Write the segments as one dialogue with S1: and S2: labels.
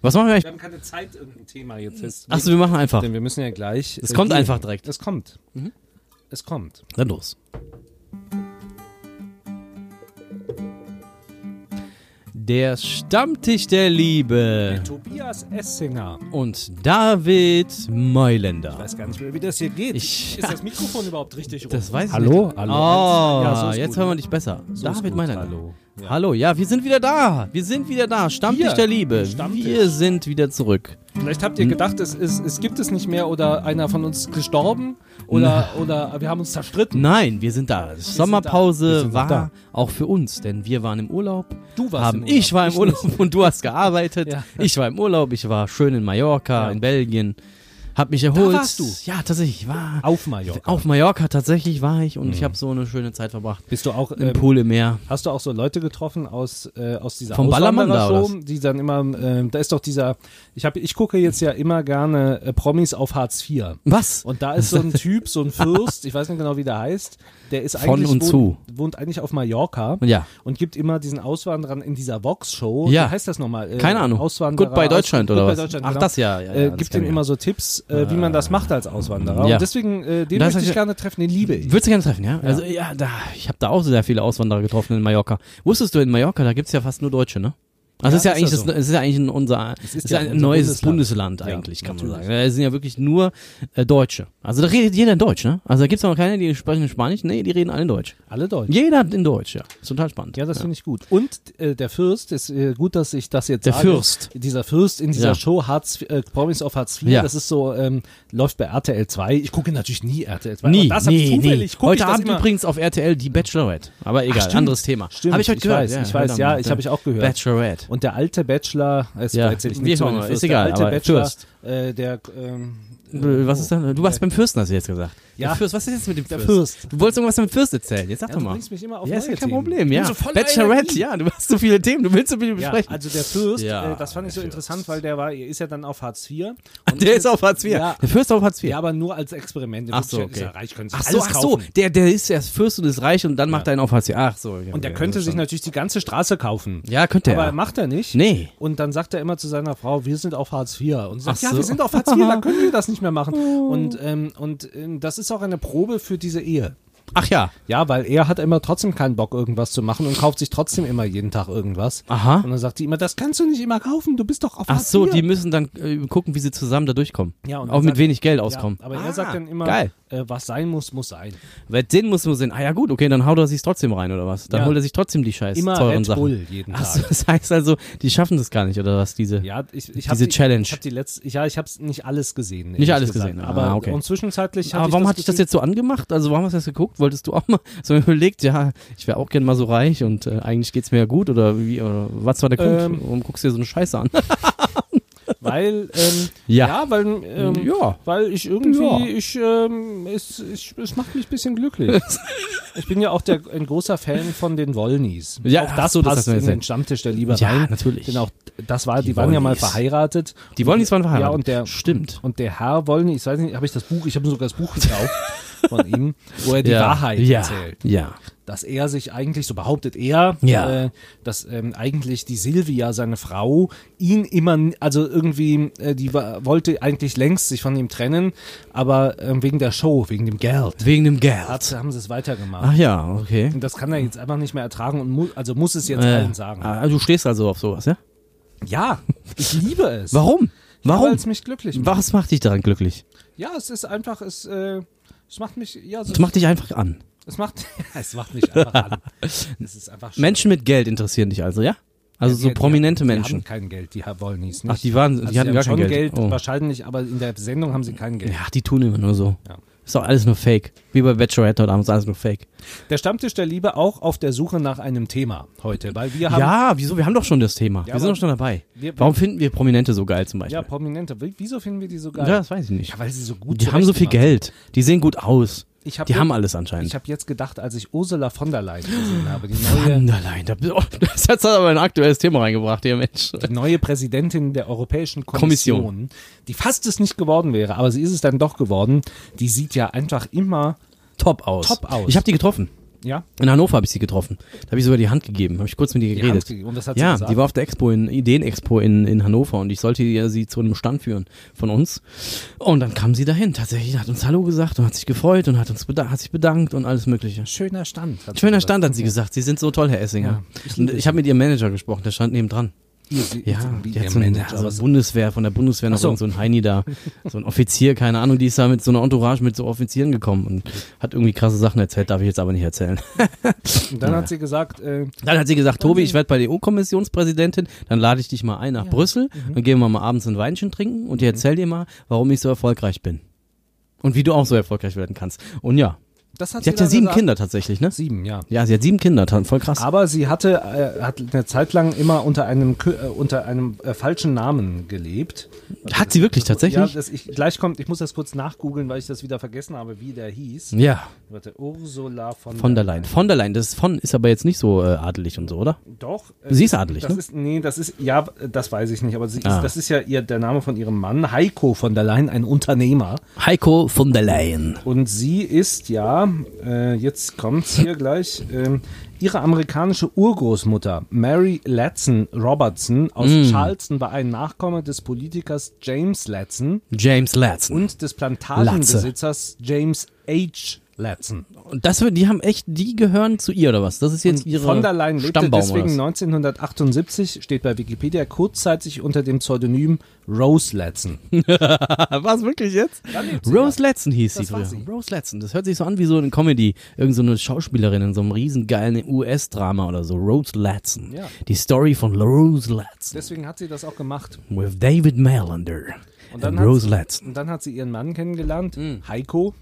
S1: Was machen wir
S2: Wir
S1: eigentlich?
S2: haben keine Zeit, irgendein Thema jetzt fest.
S1: Achso, wir machen einfach.
S2: Denn wir müssen ja gleich.
S1: Hm. Es
S2: äh,
S1: kommt
S2: gehen.
S1: einfach direkt.
S2: Es kommt. Es kommt.
S1: Dann los. Der Stammtisch der Liebe
S2: Tobias Essinger.
S1: und David Meuländer.
S2: Weiß gar nicht mehr, wie das hier geht.
S1: Ich-
S2: Ist das Mikrofon überhaupt richtig rum?
S1: Das weiß ich
S2: Hallo?
S1: nicht.
S2: Hallo?
S1: Oh,
S2: Ja, so ist
S1: jetzt
S2: gut,
S1: hören wir
S2: ne?
S1: dich besser.
S2: So ist
S1: David
S2: gut.
S1: Meuländer.
S2: Hallo. Ja.
S1: Hallo, ja, wir sind wieder da. Wir sind wieder da. Stammtisch
S2: Wir,
S1: der Liebe.
S2: Stammtisch.
S1: Wir sind wieder zurück.
S2: Vielleicht
S1: Hm?
S2: habt ihr gedacht, es, ist, es gibt es nicht mehr oder einer von uns gestorben oder, oder wir haben uns zerstritten.
S1: Nein, wir sind da.
S2: da. Wir
S1: Sommerpause
S2: sind
S1: war
S2: da.
S1: auch für uns, denn wir waren im Urlaub.
S2: Du warst
S1: haben,
S2: im Urlaub,
S1: Ich war im
S2: ich
S1: Urlaub und du hast gearbeitet.
S2: Ja.
S1: Ich war im Urlaub, ich war schön in Mallorca,
S2: Ja.
S1: in Belgien, hab mich erholt.
S2: warst du?
S1: Ja, tatsächlich, ich war
S2: Auf Mallorca.
S1: auf Mallorca tatsächlich war ich und ich habe so eine schöne Zeit verbracht.
S2: Bist du auch
S1: Im
S2: Mhm. ähm,
S1: Pool im Meer.
S2: Hast du auch so Leute getroffen aus, äh, aus dieser
S1: Vom Ballermann da, oder
S2: Auswanderershow, die dann immer, ähm, da ist doch dieser, ich habe, ich gucke jetzt ja immer gerne äh, Promis auf Hartz IV.
S1: Was?
S2: Und da ist so ein Typ, so ein Fürst, ich weiß nicht genau, wie der heißt, der ist
S1: Von
S2: eigentlich
S1: und
S2: wohnt,
S1: zu.
S2: wohnt eigentlich auf Mallorca
S1: Ja.
S2: und gibt immer diesen Auswanderern in dieser Vox-Show.
S1: Ja.
S2: Wie heißt das nochmal? Äh,
S1: Keine Ahnung.
S2: Auswanderer.
S1: Goodbye Deutschland
S2: Aus-
S1: oder
S2: Goodbye
S1: was?
S2: Deutschland,
S1: Ach,
S2: genau.
S1: das ja, ja, ja,
S2: äh,
S1: das
S2: gibt
S1: kann
S2: ihm
S1: ich.
S2: immer so Tipps, äh, wie man das macht als Auswanderer.
S1: Ja.
S2: Und deswegen, äh, den
S1: Das
S2: möchte
S1: ist
S2: ich
S1: ja-
S2: gerne treffen, den liebe ich.
S1: Würdest du gerne treffen, ja? Also ja, da, ich habe da auch sehr viele Auswanderer getroffen in Mallorca. Wusstest du, in Mallorca, da gibt's ja fast nur Deutsche, ne? Also
S2: Ja,
S1: ist ja
S2: ist
S1: eigentlich,
S2: ja
S1: das,
S2: so.
S1: es ist ja eigentlich ein, unser, es
S2: ist
S1: ist
S2: ja
S1: ja ein
S2: unser
S1: neues Bundesland,
S2: Bundesland.
S1: eigentlich,
S2: Ja,
S1: kann man
S2: natürlich.
S1: sagen. Da sind ja wirklich nur äh, Deutsche. Also da redet jeder in Deutsch, ne? Also da gibt's auch keine, die sprechen Spanisch. Nee, die reden alle in Deutsch.
S2: Alle Deutschen.
S1: Jeder in Deutsch, ja. Ist total spannend.
S2: Ja, das finde ich gut. Und äh, der Fürst ist äh, gut, dass ich das jetzt
S1: Der
S2: sage.
S1: Fürst.
S2: Dieser Fürst in dieser
S1: Ja.
S2: Show Hartz, äh, Promis auf Hartz IV,
S1: Ja.
S2: das ist so, ähm, läuft bei RTL 2. Ich gucke natürlich nie RTL 2.
S1: Nie,
S2: aber das hab ich
S1: nee, nee.
S2: zufällig. Guck ich
S1: Heute
S2: das
S1: Abend
S2: immer.
S1: übrigens auf RTL die Bachelorette. Aber egal,
S2: stimmt.
S1: anderes Thema.
S2: Stimmt,
S1: Hab ich heute
S2: ich
S1: gehört.
S2: weiß,
S1: ja,
S2: ich weiß,
S1: heute
S2: ja,
S1: Abend,
S2: ich- hab ich auch gehört.
S1: Bachelorette.
S2: Und der alte Bachelor, es
S1: Ja,
S2: erzähl ich
S1: wie
S2: nicht so
S1: auch
S2: den
S1: immer,
S2: Fürst,
S1: ist egal,
S2: der alte
S1: aber
S2: Bachelor,
S1: Fürst.
S2: äh, der, ähm,
S1: Äh, Was ist denn? Du warst beim Fürsten, hast du jetzt gesagt.
S2: Ja.
S1: Der Fürst, was ist jetzt mit dem Fürst?
S2: Fürst.
S1: Du wolltest irgendwas mit dem Fürst erzählen. Jetzt sag
S2: ja,
S1: doch
S2: du
S1: mal.
S2: bringst mich immer auf
S1: Ja,
S2: neue
S1: ist ja kein
S2: Themen.
S1: Problem,
S2: Ich
S1: ja.
S2: bin So voller
S1: Bachelorette,
S2: Energie.
S1: ja, du hast so viele Themen, du willst so viele
S2: Ja,
S1: besprechen.
S2: also der Fürst,
S1: Ja,
S2: äh, das fand ich so
S1: der
S2: interessant, weil der war, ist ja dann auf Hartz IV.
S1: der ist auf Hartz IV.
S2: Ja.
S1: Der Fürst auf Hartz IV.
S2: Ja, aber nur als Experiment.
S1: Ach so,
S2: Ist ja
S1: okay.
S2: reich, können sich
S1: ach so,
S2: alles
S1: ach so,
S2: kaufen.
S1: der, der ist erst Fürst und ist reich und dann macht er einen auf Hartz IV. Ach so. Ja,
S2: Und der
S1: ja,
S2: könnte
S1: das
S2: sich
S1: schon.
S2: natürlich die ganze Straße kaufen.
S1: Ja, könnte
S2: Aber
S1: er.
S2: macht er nicht.
S1: Nee.
S2: Und dann sagt er immer zu seiner Frau, wir sind auf Hartz IV. Und sie sagt,
S1: Ach
S2: ja,
S1: so. Oh.
S2: wir sind auf Hartz IV, da können wir das nicht mehr machen. Und, ähm, und ähm, das ist auch eine Probe für diese Ehe.
S1: Ach ja.
S2: Ja, weil er hat immer trotzdem keinen Bock, irgendwas zu machen und kauft sich trotzdem immer jeden Tag irgendwas.
S1: Aha.
S2: Und dann sagt die immer, das kannst du nicht immer kaufen, du bist doch auf
S1: Ach
S2: Hartz
S1: so,
S2: IV.
S1: die müssen dann äh, gucken, wie sie zusammen da durchkommen.
S2: Ja, und
S1: auch
S2: dann
S1: mit
S2: sagt-
S1: wenig Geld
S2: ja,
S1: auskommen.
S2: aber
S1: Ah,
S2: er sagt dann immer,
S1: Geil.
S2: Äh, was sein muss, muss sein.
S1: Weil den muss man sehen. Ah ja gut, okay, dann haut er sich trotzdem rein oder was? Dann
S2: Ja.
S1: holt er sich trotzdem die scheiß
S2: Immer
S1: teuren
S2: Red
S1: Sachen.
S2: Bull jeden
S1: Ach
S2: Tag.
S1: so, das heißt also, die schaffen das gar nicht oder was diese?
S2: Ja, ich, ich
S1: Diese
S2: hab die,
S1: Challenge.
S2: Ich hab die letzte, ja, ich habe es nicht alles gesehen.
S1: Nicht
S2: ehrlich
S1: alles
S2: gesagt.
S1: gesehen, ah,
S2: Aber
S1: okay.
S2: und zwischenzeitlich.
S1: Aber
S2: hatte
S1: warum
S2: ich das
S1: hatte ich das
S2: Gefühl-
S1: jetzt so angemacht? Also warum hast du das geguckt? Wolltest du auch mal so überlegt, ja, ich wäre auch gern mal so reich und äh, eigentlich geht's mir ja gut oder wie oder was war der Grund?
S2: Ähm.
S1: warum guckst du dir so eine Scheiße an?
S2: Weil ähm, ja.
S1: Ja.
S2: weil ähm,
S1: Ja.
S2: weil ich irgendwie
S1: Ja.
S2: ich ähm, es, ich es macht mich ein bisschen glücklich. ich bin ja auch der ein großer Fan von den Wollnies.
S1: Ja,
S2: auch
S1: ach
S2: das
S1: so, das
S2: passt
S1: hast du mir
S2: in den
S1: erzählt.
S2: Stammtisch der Liebe
S1: Ja,
S2: rein.
S1: natürlich.
S2: Genau, das war die,
S1: Die
S2: waren ja mal
S1: Wollnies.
S2: verheiratet.
S1: Die wollen nicht waren verheiratet.
S2: Ja, und der
S1: stimmt.
S2: und der Herr Wollny, ich weiß nicht, habe ich das Buch, ich habe sogar das Buch gekauft von ihm, wo er die
S1: ja.
S2: Wahrheit
S1: ja.
S2: erzählt
S1: Ja.
S2: dass er sich eigentlich, so behauptet er,
S1: Ja.
S2: äh, dass ähm, eigentlich die Silvia, seine Frau, ihn immer, n- also irgendwie, äh, die wa- wollte eigentlich längst sich von ihm trennen, aber ähm, wegen der Show, wegen dem Geld,
S1: Wegen dem Geld.
S2: hat, haben sie es weitergemacht.
S1: Ach ja, okay.
S2: Und das kann er jetzt einfach nicht mehr ertragen und mu also muss es jetzt
S1: Äh,
S2: allen sagen.
S1: ah, du stehst also auf sowas, ja?
S2: Ja, ich liebe es.
S1: Warum?
S2: Weil
S1: Warum?
S2: es mich glücklich macht.
S1: Was macht dich daran glücklich?
S2: Ja, es ist einfach, es, äh, es macht mich, ja, so,
S1: Das macht dich einfach an.
S2: es macht, es macht mich einfach an. Es ist einfach schön.
S1: Menschen mit Geld interessieren dich also, ja? Also so
S2: Ja, die-
S1: prominente
S2: die
S1: Menschen.
S2: haben kein Geld, die ha- wollen nichts. Nicht.
S1: Ach, die waren, die
S2: Also
S1: hatten
S2: haben
S1: gar
S2: schon
S1: kein Geld. Oh.
S2: Wahrscheinlich, aber in der Sendung haben sie kein Geld.
S1: Ja, die tun immer nur so.
S2: Ja.
S1: Ist doch alles nur Fake. Wie bei Bachelorette heute Abend ist alles nur Fake.
S2: Der Stammtisch der Liebe auch auf der Suche nach einem Thema heute, weil wir haben
S1: ja, wieso? Wir haben doch schon das Thema.
S2: Ja,
S1: wir sind
S2: aber-
S1: doch schon dabei.
S2: wir-
S1: Warum finden wir Prominente so geil zum Beispiel?
S2: ja, Prominente. Wie- Wieso finden wir die so geil?
S1: Ja, das weiß ich nicht.
S2: Ja, weil sie so gut
S1: Die haben so viel
S2: zurechtgemacht
S1: Geld. Die sehen gut aus.
S2: Ich hab
S1: die
S2: jetzt-
S1: haben alles
S2: sind.
S1: anscheinend.
S2: Ich habe jetzt gedacht, als ich Ursula von der Leyen gesehen habe, die neue,
S1: Wanderlein, da, oh, das hat aber ein aktuelles Thema reingebracht, der Mensch.
S2: die neue Präsidentin der Europäischen Kommission,
S1: Kommission.
S2: die fast es nicht geworden wäre, aber sie ist es dann doch geworden, die sieht ja einfach immer
S1: Top aus.
S2: Top aus.
S1: Ich habe die getroffen.
S2: Ja,
S1: In Hannover habe ich sie getroffen. Da habe ich sogar die Hand gegeben, habe ich kurz mit ihr
S2: die Hand
S1: geredet.
S2: gegeben. Und das hat sie
S1: Ja,
S2: gesagt.
S1: die war auf der Expo, in Ideenexpo in, in Hannover und ich sollte ihr sie zu einem Stand führen von uns. Und dann kam sie dahin, tatsächlich, hat uns Hallo gesagt und hat sich gefreut und hat, uns beda- hat sich bedankt und alles Mögliche.
S2: Schöner Stand. hat sie
S1: Schöner
S2: gesagt.
S1: Stand, hat sie gesagt. Sie sind so toll, Herr Essinger.
S2: Ja, ich
S1: und
S2: liebe
S1: ich habe mit ihrem Manager gesprochen, der stand nebendran.
S2: Ihr- sie-
S1: Ja,
S2: wie
S1: die hat
S2: ihr
S1: so einen
S2: Manager,
S1: also
S2: was-
S1: Bundeswehr, von der Bundeswehr noch
S2: Ach so.
S1: irgend so ein Heini da, so ein Offizier, keine Ahnung, die ist da mit so einer Entourage mit so Offizieren gekommen und hat irgendwie krasse Sachen erzählt, darf ich jetzt aber nicht erzählen.
S2: Und dann hat sie gesagt, äh,
S1: Dann hat sie gesagt, Tobi, ich werde bei der EU-Kommissionspräsidentin, dann lade ich dich mal ein nach Brüssel,
S2: Mhm.
S1: dann gehen wir mal abends ein Weinchen trinken und ich erzähl dir mal, warum ich so erfolgreich bin. Und wie du auch so erfolgreich werden kannst. Und ja,
S2: das
S1: sie
S2: hat sie
S1: hat ja
S2: dann
S1: sieben
S2: gesagt.
S1: Kinder tatsächlich, ne?
S2: Sieben, ja.
S1: Ja, sie hat sieben Kinder, ta- voll krass.
S2: Aber sie hatte äh, hat eine Zeit lang immer unter einem Kö- äh, unter einem äh, falschen Namen gelebt.
S1: Hat sie wirklich
S2: Ja,
S1: tatsächlich?
S2: das ich gleich kommt. Ich muss das kurz nachgoogeln, weil ich das wieder vergessen habe, wie der hieß.
S1: Ja,
S2: Warte, Ursula von,
S1: Hm. von der Leyen. Von der Leyen, das von ist aber jetzt nicht so äh, adelig und so, oder?
S2: Doch. äh,
S1: Sie ist adelig,
S2: das
S1: ne?
S2: Ist, nee, das ist ja, das weiß ich nicht. Aber sie ist,
S1: Ah.
S2: das ist ja ihr der Name von ihrem Mann Heiko von der Leyen, ein Unternehmer.
S1: Heiko von der Leyen.
S2: Und sie ist ja, äh, jetzt kommt's hier gleich, ähm, ihre amerikanische Urgroßmutter, Mary Ladson Robertson aus
S1: Mm.
S2: Charleston, war ein Nachkomme des Politikers James Ladson
S1: James Ladson.
S2: und des Plantagenbesitzers James H. Ladson.
S1: Und das, wird- die haben echt, die gehören zu ihr oder was? Das ist jetzt ihre
S2: Von der Leyen lebte
S1: Stammbaum oder
S2: deswegen
S1: was?
S2: 1978, steht bei Wikipedia, kurzzeitig unter dem Pseudonym Rose Ladson.
S1: War es wirklich jetzt? Rose Ladson hieß sie
S2: Das war
S1: früher.
S2: sie.
S1: Rose Ladson. Das hört sich so an wie so eine Comedy. Irgend so eine Schauspielerin in so einem riesengeilen US-Drama oder so. Rose Ladson.
S2: Ja.
S1: Die Story von Rose Ladson.
S2: Deswegen hat sie das auch gemacht.
S1: With David Malander. Und,
S2: dann hat
S1: Rose
S2: sie-
S1: Ladson.
S2: Und dann hat sie ihren Mann kennengelernt,
S1: Mm.
S2: Heiko.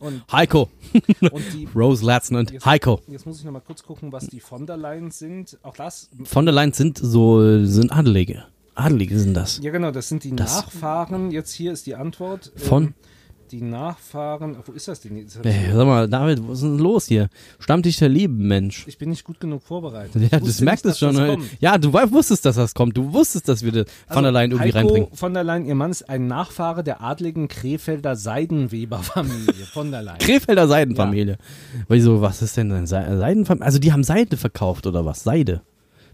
S2: Und,
S1: Heiko.
S2: und die
S1: Rose Ladson und
S2: Jetzt-
S1: Heiko.
S2: Jetzt muss ich noch mal kurz gucken, was die von der Leyen sind. Auch das,
S1: Von der Leyen sind so, sind Adelige. Adelige sind das.
S2: ja genau, das sind die
S1: Das-
S2: Nachfahren. Jetzt hier ist die Antwort. Ähm,
S1: Von?
S2: Die Nachfahren, wo ist das denn jetzt?
S1: Ey, Äh, sag mal, David, was ist denn los hier? Stammtisch der lieben Mensch.
S2: Ich bin nicht gut genug vorbereitet. Ich
S1: Ja,
S2: wusste
S1: das merkst
S2: nicht,
S1: du schon.
S2: dass das
S1: ne?
S2: kommt. Also,
S1: ja, du wei- wusstest, dass das kommt. Du wusstest, dass wir das von der Leyen irgendwie
S2: Heiko
S1: reinbringen.
S2: von der Leyen, ihr Mann ist ein Nachfahre der adligen Krefelder Seidenweberfamilie von der Leyen.
S1: Krefelder Seidenfamilie. Wieso, was ist denn eine Se Seidenfamilie? Also die haben Seide verkauft oder was? Seide.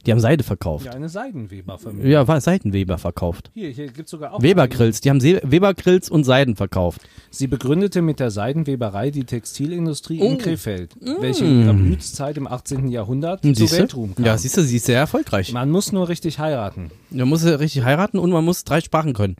S1: Die haben Seide verkauft.
S2: ja, eine Seidenweberfamilie.
S1: Ja, war Seidenweber verkauft.
S2: Hier, hier gibt es sogar auch.
S1: Webergrills, die haben Se Webergrills und Seiden verkauft.
S2: Sie begründete mit der Seidenweberei die Textilindustrie
S1: Oh.
S2: in Krefeld, welche in ihrer Blütszeit im 18. Jahrhundert zu
S1: Mm. Siehste?
S2: Weltruhm kam.
S1: Ja, siehst du, sie ist sehr erfolgreich.
S2: Man muss nur richtig heiraten.
S1: Man muss richtig heiraten und man muss drei Sprachen können.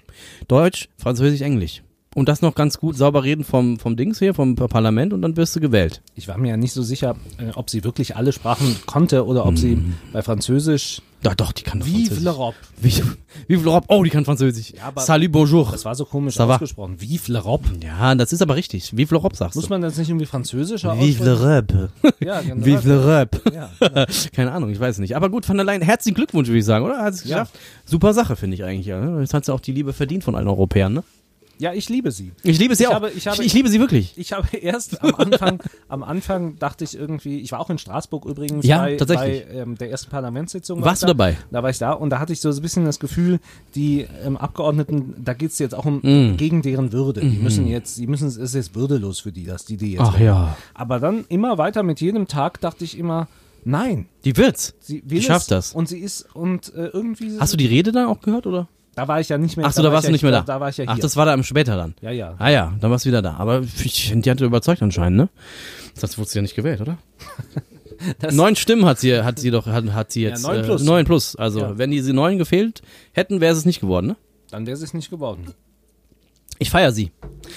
S1: Deutsch, Französisch, Englisch. Und das noch ganz gut sauber reden vom, vom Dings hier, vom Parlament und dann wirst du gewählt.
S2: Ich war mir ja nicht so sicher, äh, ob sie wirklich alle Sprachen konnte oder ob sie
S1: Mhm.
S2: bei Französisch.
S1: Doch, doch, die kann
S2: Vive
S1: Französisch.
S2: l'Europe.
S1: Wie, wie viel Rob? Oh, die kann Französisch.
S2: Ja, aber-
S1: Salut, bonjour.
S2: Das war so komisch
S1: Ça va.
S2: ausgesprochen. Vive l'Europe.
S1: Ja, das ist aber richtig. Wie viel Rob sagst
S2: Muss
S1: du?
S2: man das nicht irgendwie französischer
S1: Vive le Rap.
S2: Ja, genau.
S1: Vive le Rap.
S2: Ja,
S1: Keine Ahnung, ich weiß nicht. Aber gut, von der Leyen, herzlichen Glückwunsch, würde ich sagen, oder? Hat es
S2: Ja.
S1: geschafft. Super Sache, finde ich eigentlich. Ja. ne? Jetzt hat sie auch die Liebe verdient von allen Europäern, ne?
S2: ja, ich liebe sie.
S1: Ich liebe sie
S2: Ich
S1: auch.
S2: habe- ich habe-
S1: ich, liebe sie wirklich.
S2: Ich habe erst am Anfang, am Anfang dachte ich irgendwie, ich war auch in Straßburg übrigens
S1: Ja,
S2: bei,
S1: tatsächlich.
S2: bei ähm, der ersten Parlamentssitzung.
S1: Warst du
S2: war ich da.
S1: dabei?
S2: Da war ich da und da hatte ich so ein bisschen das Gefühl, die ähm, Abgeordneten, da geht es jetzt auch um
S1: Mm.
S2: gegen deren Würde. Die müssen jetzt, die müssen, es ist jetzt würdelos für die, dass die die jetzt.
S1: Mhm. Ach ja.
S2: Aber dann immer weiter mit jedem Tag dachte ich immer, nein,
S1: Die wird's.
S2: sie will
S1: die schafft
S2: es
S1: das.
S2: Und sie ist und äh, irgendwie.
S1: Hast du die Rede dann auch gehört, oder?
S2: da war ich ja nicht mehr.
S1: Ach so, da
S2: da war
S1: warst
S2: ich
S1: du
S2: ja-
S1: nicht mehr da.
S2: Da, war ich ja hier.
S1: Ach, das war da am später dann.
S2: ja, ja.
S1: Ah ja, dann warst du wieder da. Aber ich finde, die hat überzeugt anscheinend, ne? Sonst wurde sie ja nicht gewählt, oder?
S2: Das-
S1: neun Stimmen hat sie, hat sie doch, hat, hat sie jetzt.
S2: neun plus.
S1: Äh, neun plus. Also,
S2: Ja.
S1: wenn die sie neun gefehlt hätten, wäre es nicht geworden, ne?
S2: Dann wäre es nicht geworden.
S1: Ich feiere sie.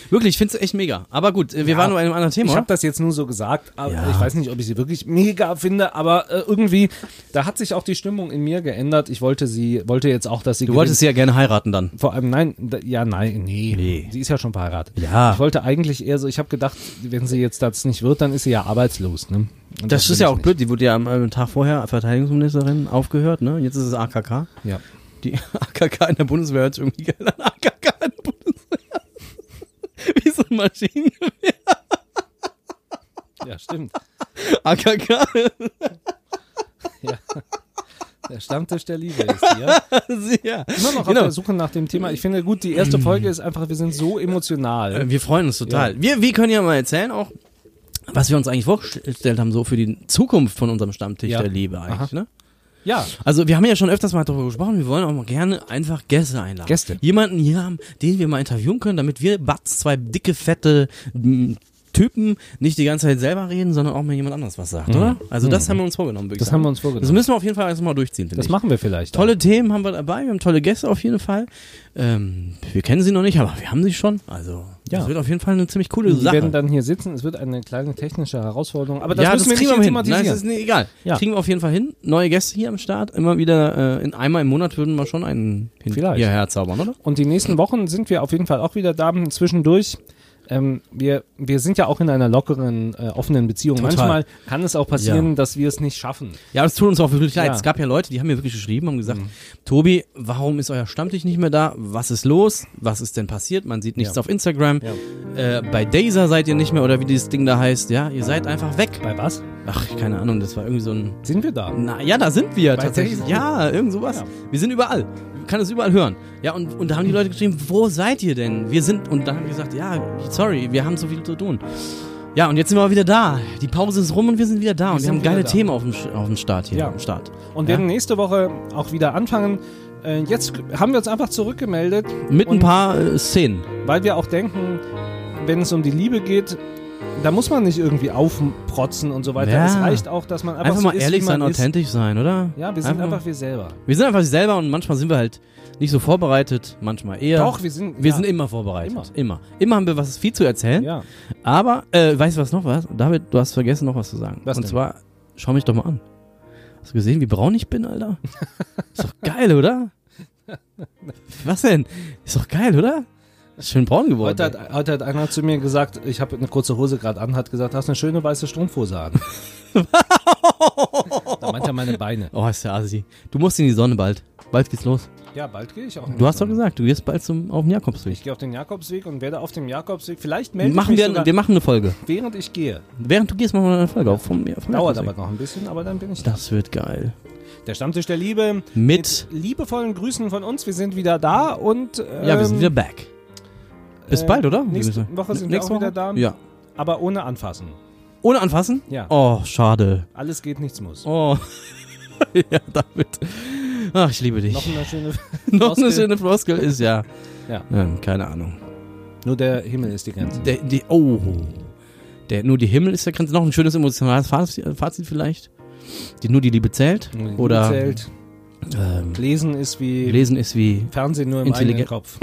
S1: Wirklich, ich finde es echt mega. Aber gut, äh, wir
S2: Ja.
S1: waren nur bei einem anderen Thema.
S2: Ah, Ich
S1: oder?
S2: habe das jetzt nur so gesagt, aber
S1: Ja.
S2: ich weiß nicht, ob ich sie wirklich mega finde, aber äh, irgendwie, da hat sich auch die Stimmung in mir geändert. Ich wollte sie, wollte jetzt auch, dass sie
S1: Du wolltest sie ja gerne heiraten dann.
S2: Vor allem, nein, d- ja, nein, nee,
S1: Nee.
S2: Sie ist ja schon verheiratet.
S1: Ja.
S2: Ich wollte eigentlich eher so, ich habe gedacht, wenn sie jetzt das nicht wird, dann ist sie ja arbeitslos, ne? Und
S1: Das,
S2: will
S1: ist ja
S2: ich
S1: auch
S2: nicht.
S1: blöd. Die wurde ja am äh, Tag vorher Verteidigungsministerin aufgehört, ne? Jetzt ist es AKK.
S2: Ja.
S1: Die AKK in der Bundeswehr hört sich irgendwie geil an. AKK in der Bundeswehr. Wie so ein Maschinengewehr.
S2: ja, stimmt.
S1: AKK.
S2: Der Stammtisch der Liebe ist hier.
S1: ja.
S2: Immer noch auf
S1: Genau.
S2: der Suche nach dem Thema. Ich finde gut, die erste Folge ist einfach, wir sind so emotional.
S1: Äh, Wir freuen uns total. Wir, wir können ja mal erzählen auch, was wir uns eigentlich vorgestellt haben, so für die Zukunft von unserem Stammtisch
S2: Ja.
S1: der Liebe eigentlich, ne?
S2: Ja,
S1: Also wir haben ja schon öfters mal darüber gesprochen, wir wollen auch mal gerne einfach Gäste einladen.
S2: Gäste.
S1: Jemanden hier haben, den wir mal interviewen können, damit wir Batz, zwei dicke, fette m, Typen, nicht die ganze Zeit selber reden, sondern auch mal jemand anders was sagt, oder? Also das haben wir uns vorgenommen, würde ich
S2: Mhm. das
S1: sagen.
S2: haben wir uns
S1: das
S2: vorgenommen.
S1: müssen wir auf jeden Fall erstmal durchziehen, finde
S2: Das
S1: ich.
S2: machen wir vielleicht.
S1: Tolle Themen haben wir dabei, wir haben tolle Gäste auf jeden Fall. Ähm, wir kennen sie noch nicht, aber wir haben sie schon. Also
S2: Ja.
S1: das wird auf jeden Fall eine ziemlich coole
S2: Die
S1: Sache.
S2: werden dann hier sitzen. Es wird eine kleine technische Herausforderung. Aber das
S1: ja, das
S2: müssen wir
S1: kriegen
S2: nicht
S1: wir
S2: hier
S1: hin. Nein, das
S2: thematisieren.
S1: ist nicht egal.
S2: Ja.
S1: Kriegen wir auf jeden Fall hin. Neue Gäste hier am Start. Immer wieder, äh, in einmal im Monat würden wir schon einen hin
S2: Vielleicht.
S1: hierher zaubern, oder?
S2: Und die nächsten Wochen sind wir auf jeden Fall auch wieder da zwischendurch. Ähm, wir, wir sind ja auch in einer lockeren, äh, offenen Beziehung.
S1: Total.
S2: Manchmal kann es auch passieren,
S1: Ja.
S2: dass wir es nicht schaffen.
S1: Ja, das tut uns auch wirklich leid.
S2: Ja. Mhm.
S1: Es gab ja Leute, die haben mir wirklich geschrieben, haben gesagt, Tobi, warum ist euer Stammtisch nicht mehr da? Was ist los? Was ist denn passiert? Man sieht nichts
S2: Ja.
S1: auf Instagram. Äh, bei Daser seid ihr nicht mehr oder wie dieses Ding da heißt. Ja, ihr seid einfach weg.
S2: Bei was?
S1: Ach, keine Ahnung, das war irgendwie so ein...
S2: Sind wir da?
S1: Na, ja, da sind wir
S2: Bei
S1: tatsächlich.
S2: Daisy.
S1: Ja, irgend sowas.
S2: Ja.
S1: Wir sind überall. Man kann es überall hören. Ja, und, und da haben die Leute geschrieben, wo seid ihr denn? Wir sind, und dann haben wir gesagt, ja, sorry, wir haben so viel zu tun. Ja, und jetzt sind wir wieder da. Die Pause ist rum und wir sind wieder da. und wir
S2: sind
S1: haben geile
S2: wieder da.
S1: Themen auf dem, Sch- auf dem Start hier.
S2: Ja.
S1: Am Start.
S2: Und
S1: Ja.
S2: werden nächste Woche auch wieder anfangen. Äh, jetzt haben wir uns einfach zurückgemeldet,
S1: Mit
S2: Und-
S1: ein paar äh, Szenen.
S2: weil wir auch denken, wenn es um die Liebe geht, da muss man nicht irgendwie aufprotzen und so weiter.
S1: Ja.
S2: Es reicht auch, dass man einfach,
S1: Einfach
S2: so
S1: mal
S2: ist,
S1: ehrlich
S2: wie man
S1: sein,
S2: ist.
S1: authentisch sein, oder?
S2: Ja, wir sind
S1: Einfach-
S2: einfach wir selber.
S1: Wir sind einfach selber und manchmal sind wir halt nicht so vorbereitet, manchmal eher.
S2: Doch, wir sind.
S1: Wir
S2: ja.
S1: sind immer vorbereitet.
S2: Immer.
S1: Immer. immer. haben wir was viel zu erzählen.
S2: Ja.
S1: Aber, äh, weißt du was noch was? David, du hast vergessen noch was zu sagen.
S2: Was
S1: Und
S2: denn?
S1: zwar, schau mich doch mal an. Hast du gesehen, wie braun ich bin, Alter? Ist doch geil, oder? Was denn? Ist doch geil, oder? Ist schön braun geworden.
S2: Heute hat, heute hat einer zu mir gesagt, ich habe eine kurze Hose gerade an, hat gesagt, hast eine schöne weiße Strumpfhose an. da meint er meine Beine.
S1: oh, ist der Asi. Du musst in die Sonne bald. Bald geht's los.
S2: Ja, bald gehe ich auch.
S1: Du hast doch gesagt, du gehst bald zum, auf den
S2: Ich
S1: Jakobsweg.
S2: gehe auf den Jakobsweg und werde auf dem Jakobsweg, vielleicht melde ich
S1: Machen
S2: mich
S1: wir,
S2: sogar,
S1: wir machen eine Folge.
S2: während ich gehe.
S1: Während du gehst, machen wir eine Folge. Auf vom, vom
S2: Dauert aber
S1: Jakobsweg.
S2: noch ein bisschen, aber dann bin ich da.
S1: Das wird geil.
S2: Der Stammtisch der Liebe.
S1: Mit,
S2: Liebevollen Grüßen von uns. Wir sind wieder da und. Ähm,
S1: ja, wir sind wieder back. Bis
S2: äh,
S1: bald, oder?
S2: Nächste Woche sind
S1: Nächste
S2: wir auch
S1: Woche?
S2: wieder da,
S1: Ja.
S2: aber ohne anfassen.
S1: Ohne anfassen?
S2: Ja.
S1: Oh, schade.
S2: Alles geht, nichts muss.
S1: Oh. ja, damit. Ach, ich liebe dich.
S2: Noch eine schöne.
S1: Noch eine
S2: Floskel.
S1: schöne Floskel ist ja.
S2: Ja.
S1: Ähm, keine Ahnung.
S2: Nur der Himmel ist die Grenze.
S1: Der, die, oh. Der, nur die Himmel ist der Grenze. Noch ein schönes emotionales Fazit, Fazit vielleicht. Die, nur die Liebe zählt. Oder
S2: Zählt.
S1: Ähm,
S2: Lesen ist wie
S1: Lesen ist wie.
S2: Fernsehen nur im eigenen
S1: Intelligent-
S2: Kopf.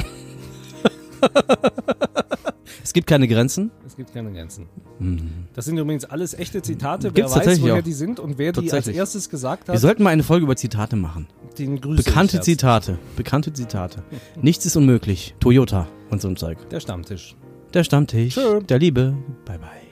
S1: Es gibt keine Grenzen.
S2: Es gibt keine Grenzen.
S1: Hm.
S2: Das sind übrigens alles echte Zitate.
S1: Gibt's
S2: wer weiß,
S1: tatsächlich
S2: woher
S1: auch.
S2: die sind und wer die als
S1: Tatsächlich.
S2: erstes gesagt
S1: Wir
S2: hat,
S1: sollten mal eine Folge über Zitate machen.
S2: den Grüße.
S1: Bekannte
S2: ich herzlich.
S1: Zitate. Bekannte Zitate. Nichts ist unmöglich. Toyota und so ein Zeug.
S2: Der Stammtisch.
S1: Der Stammtisch.
S2: Tschö.
S1: Der Liebe. Bye, bye.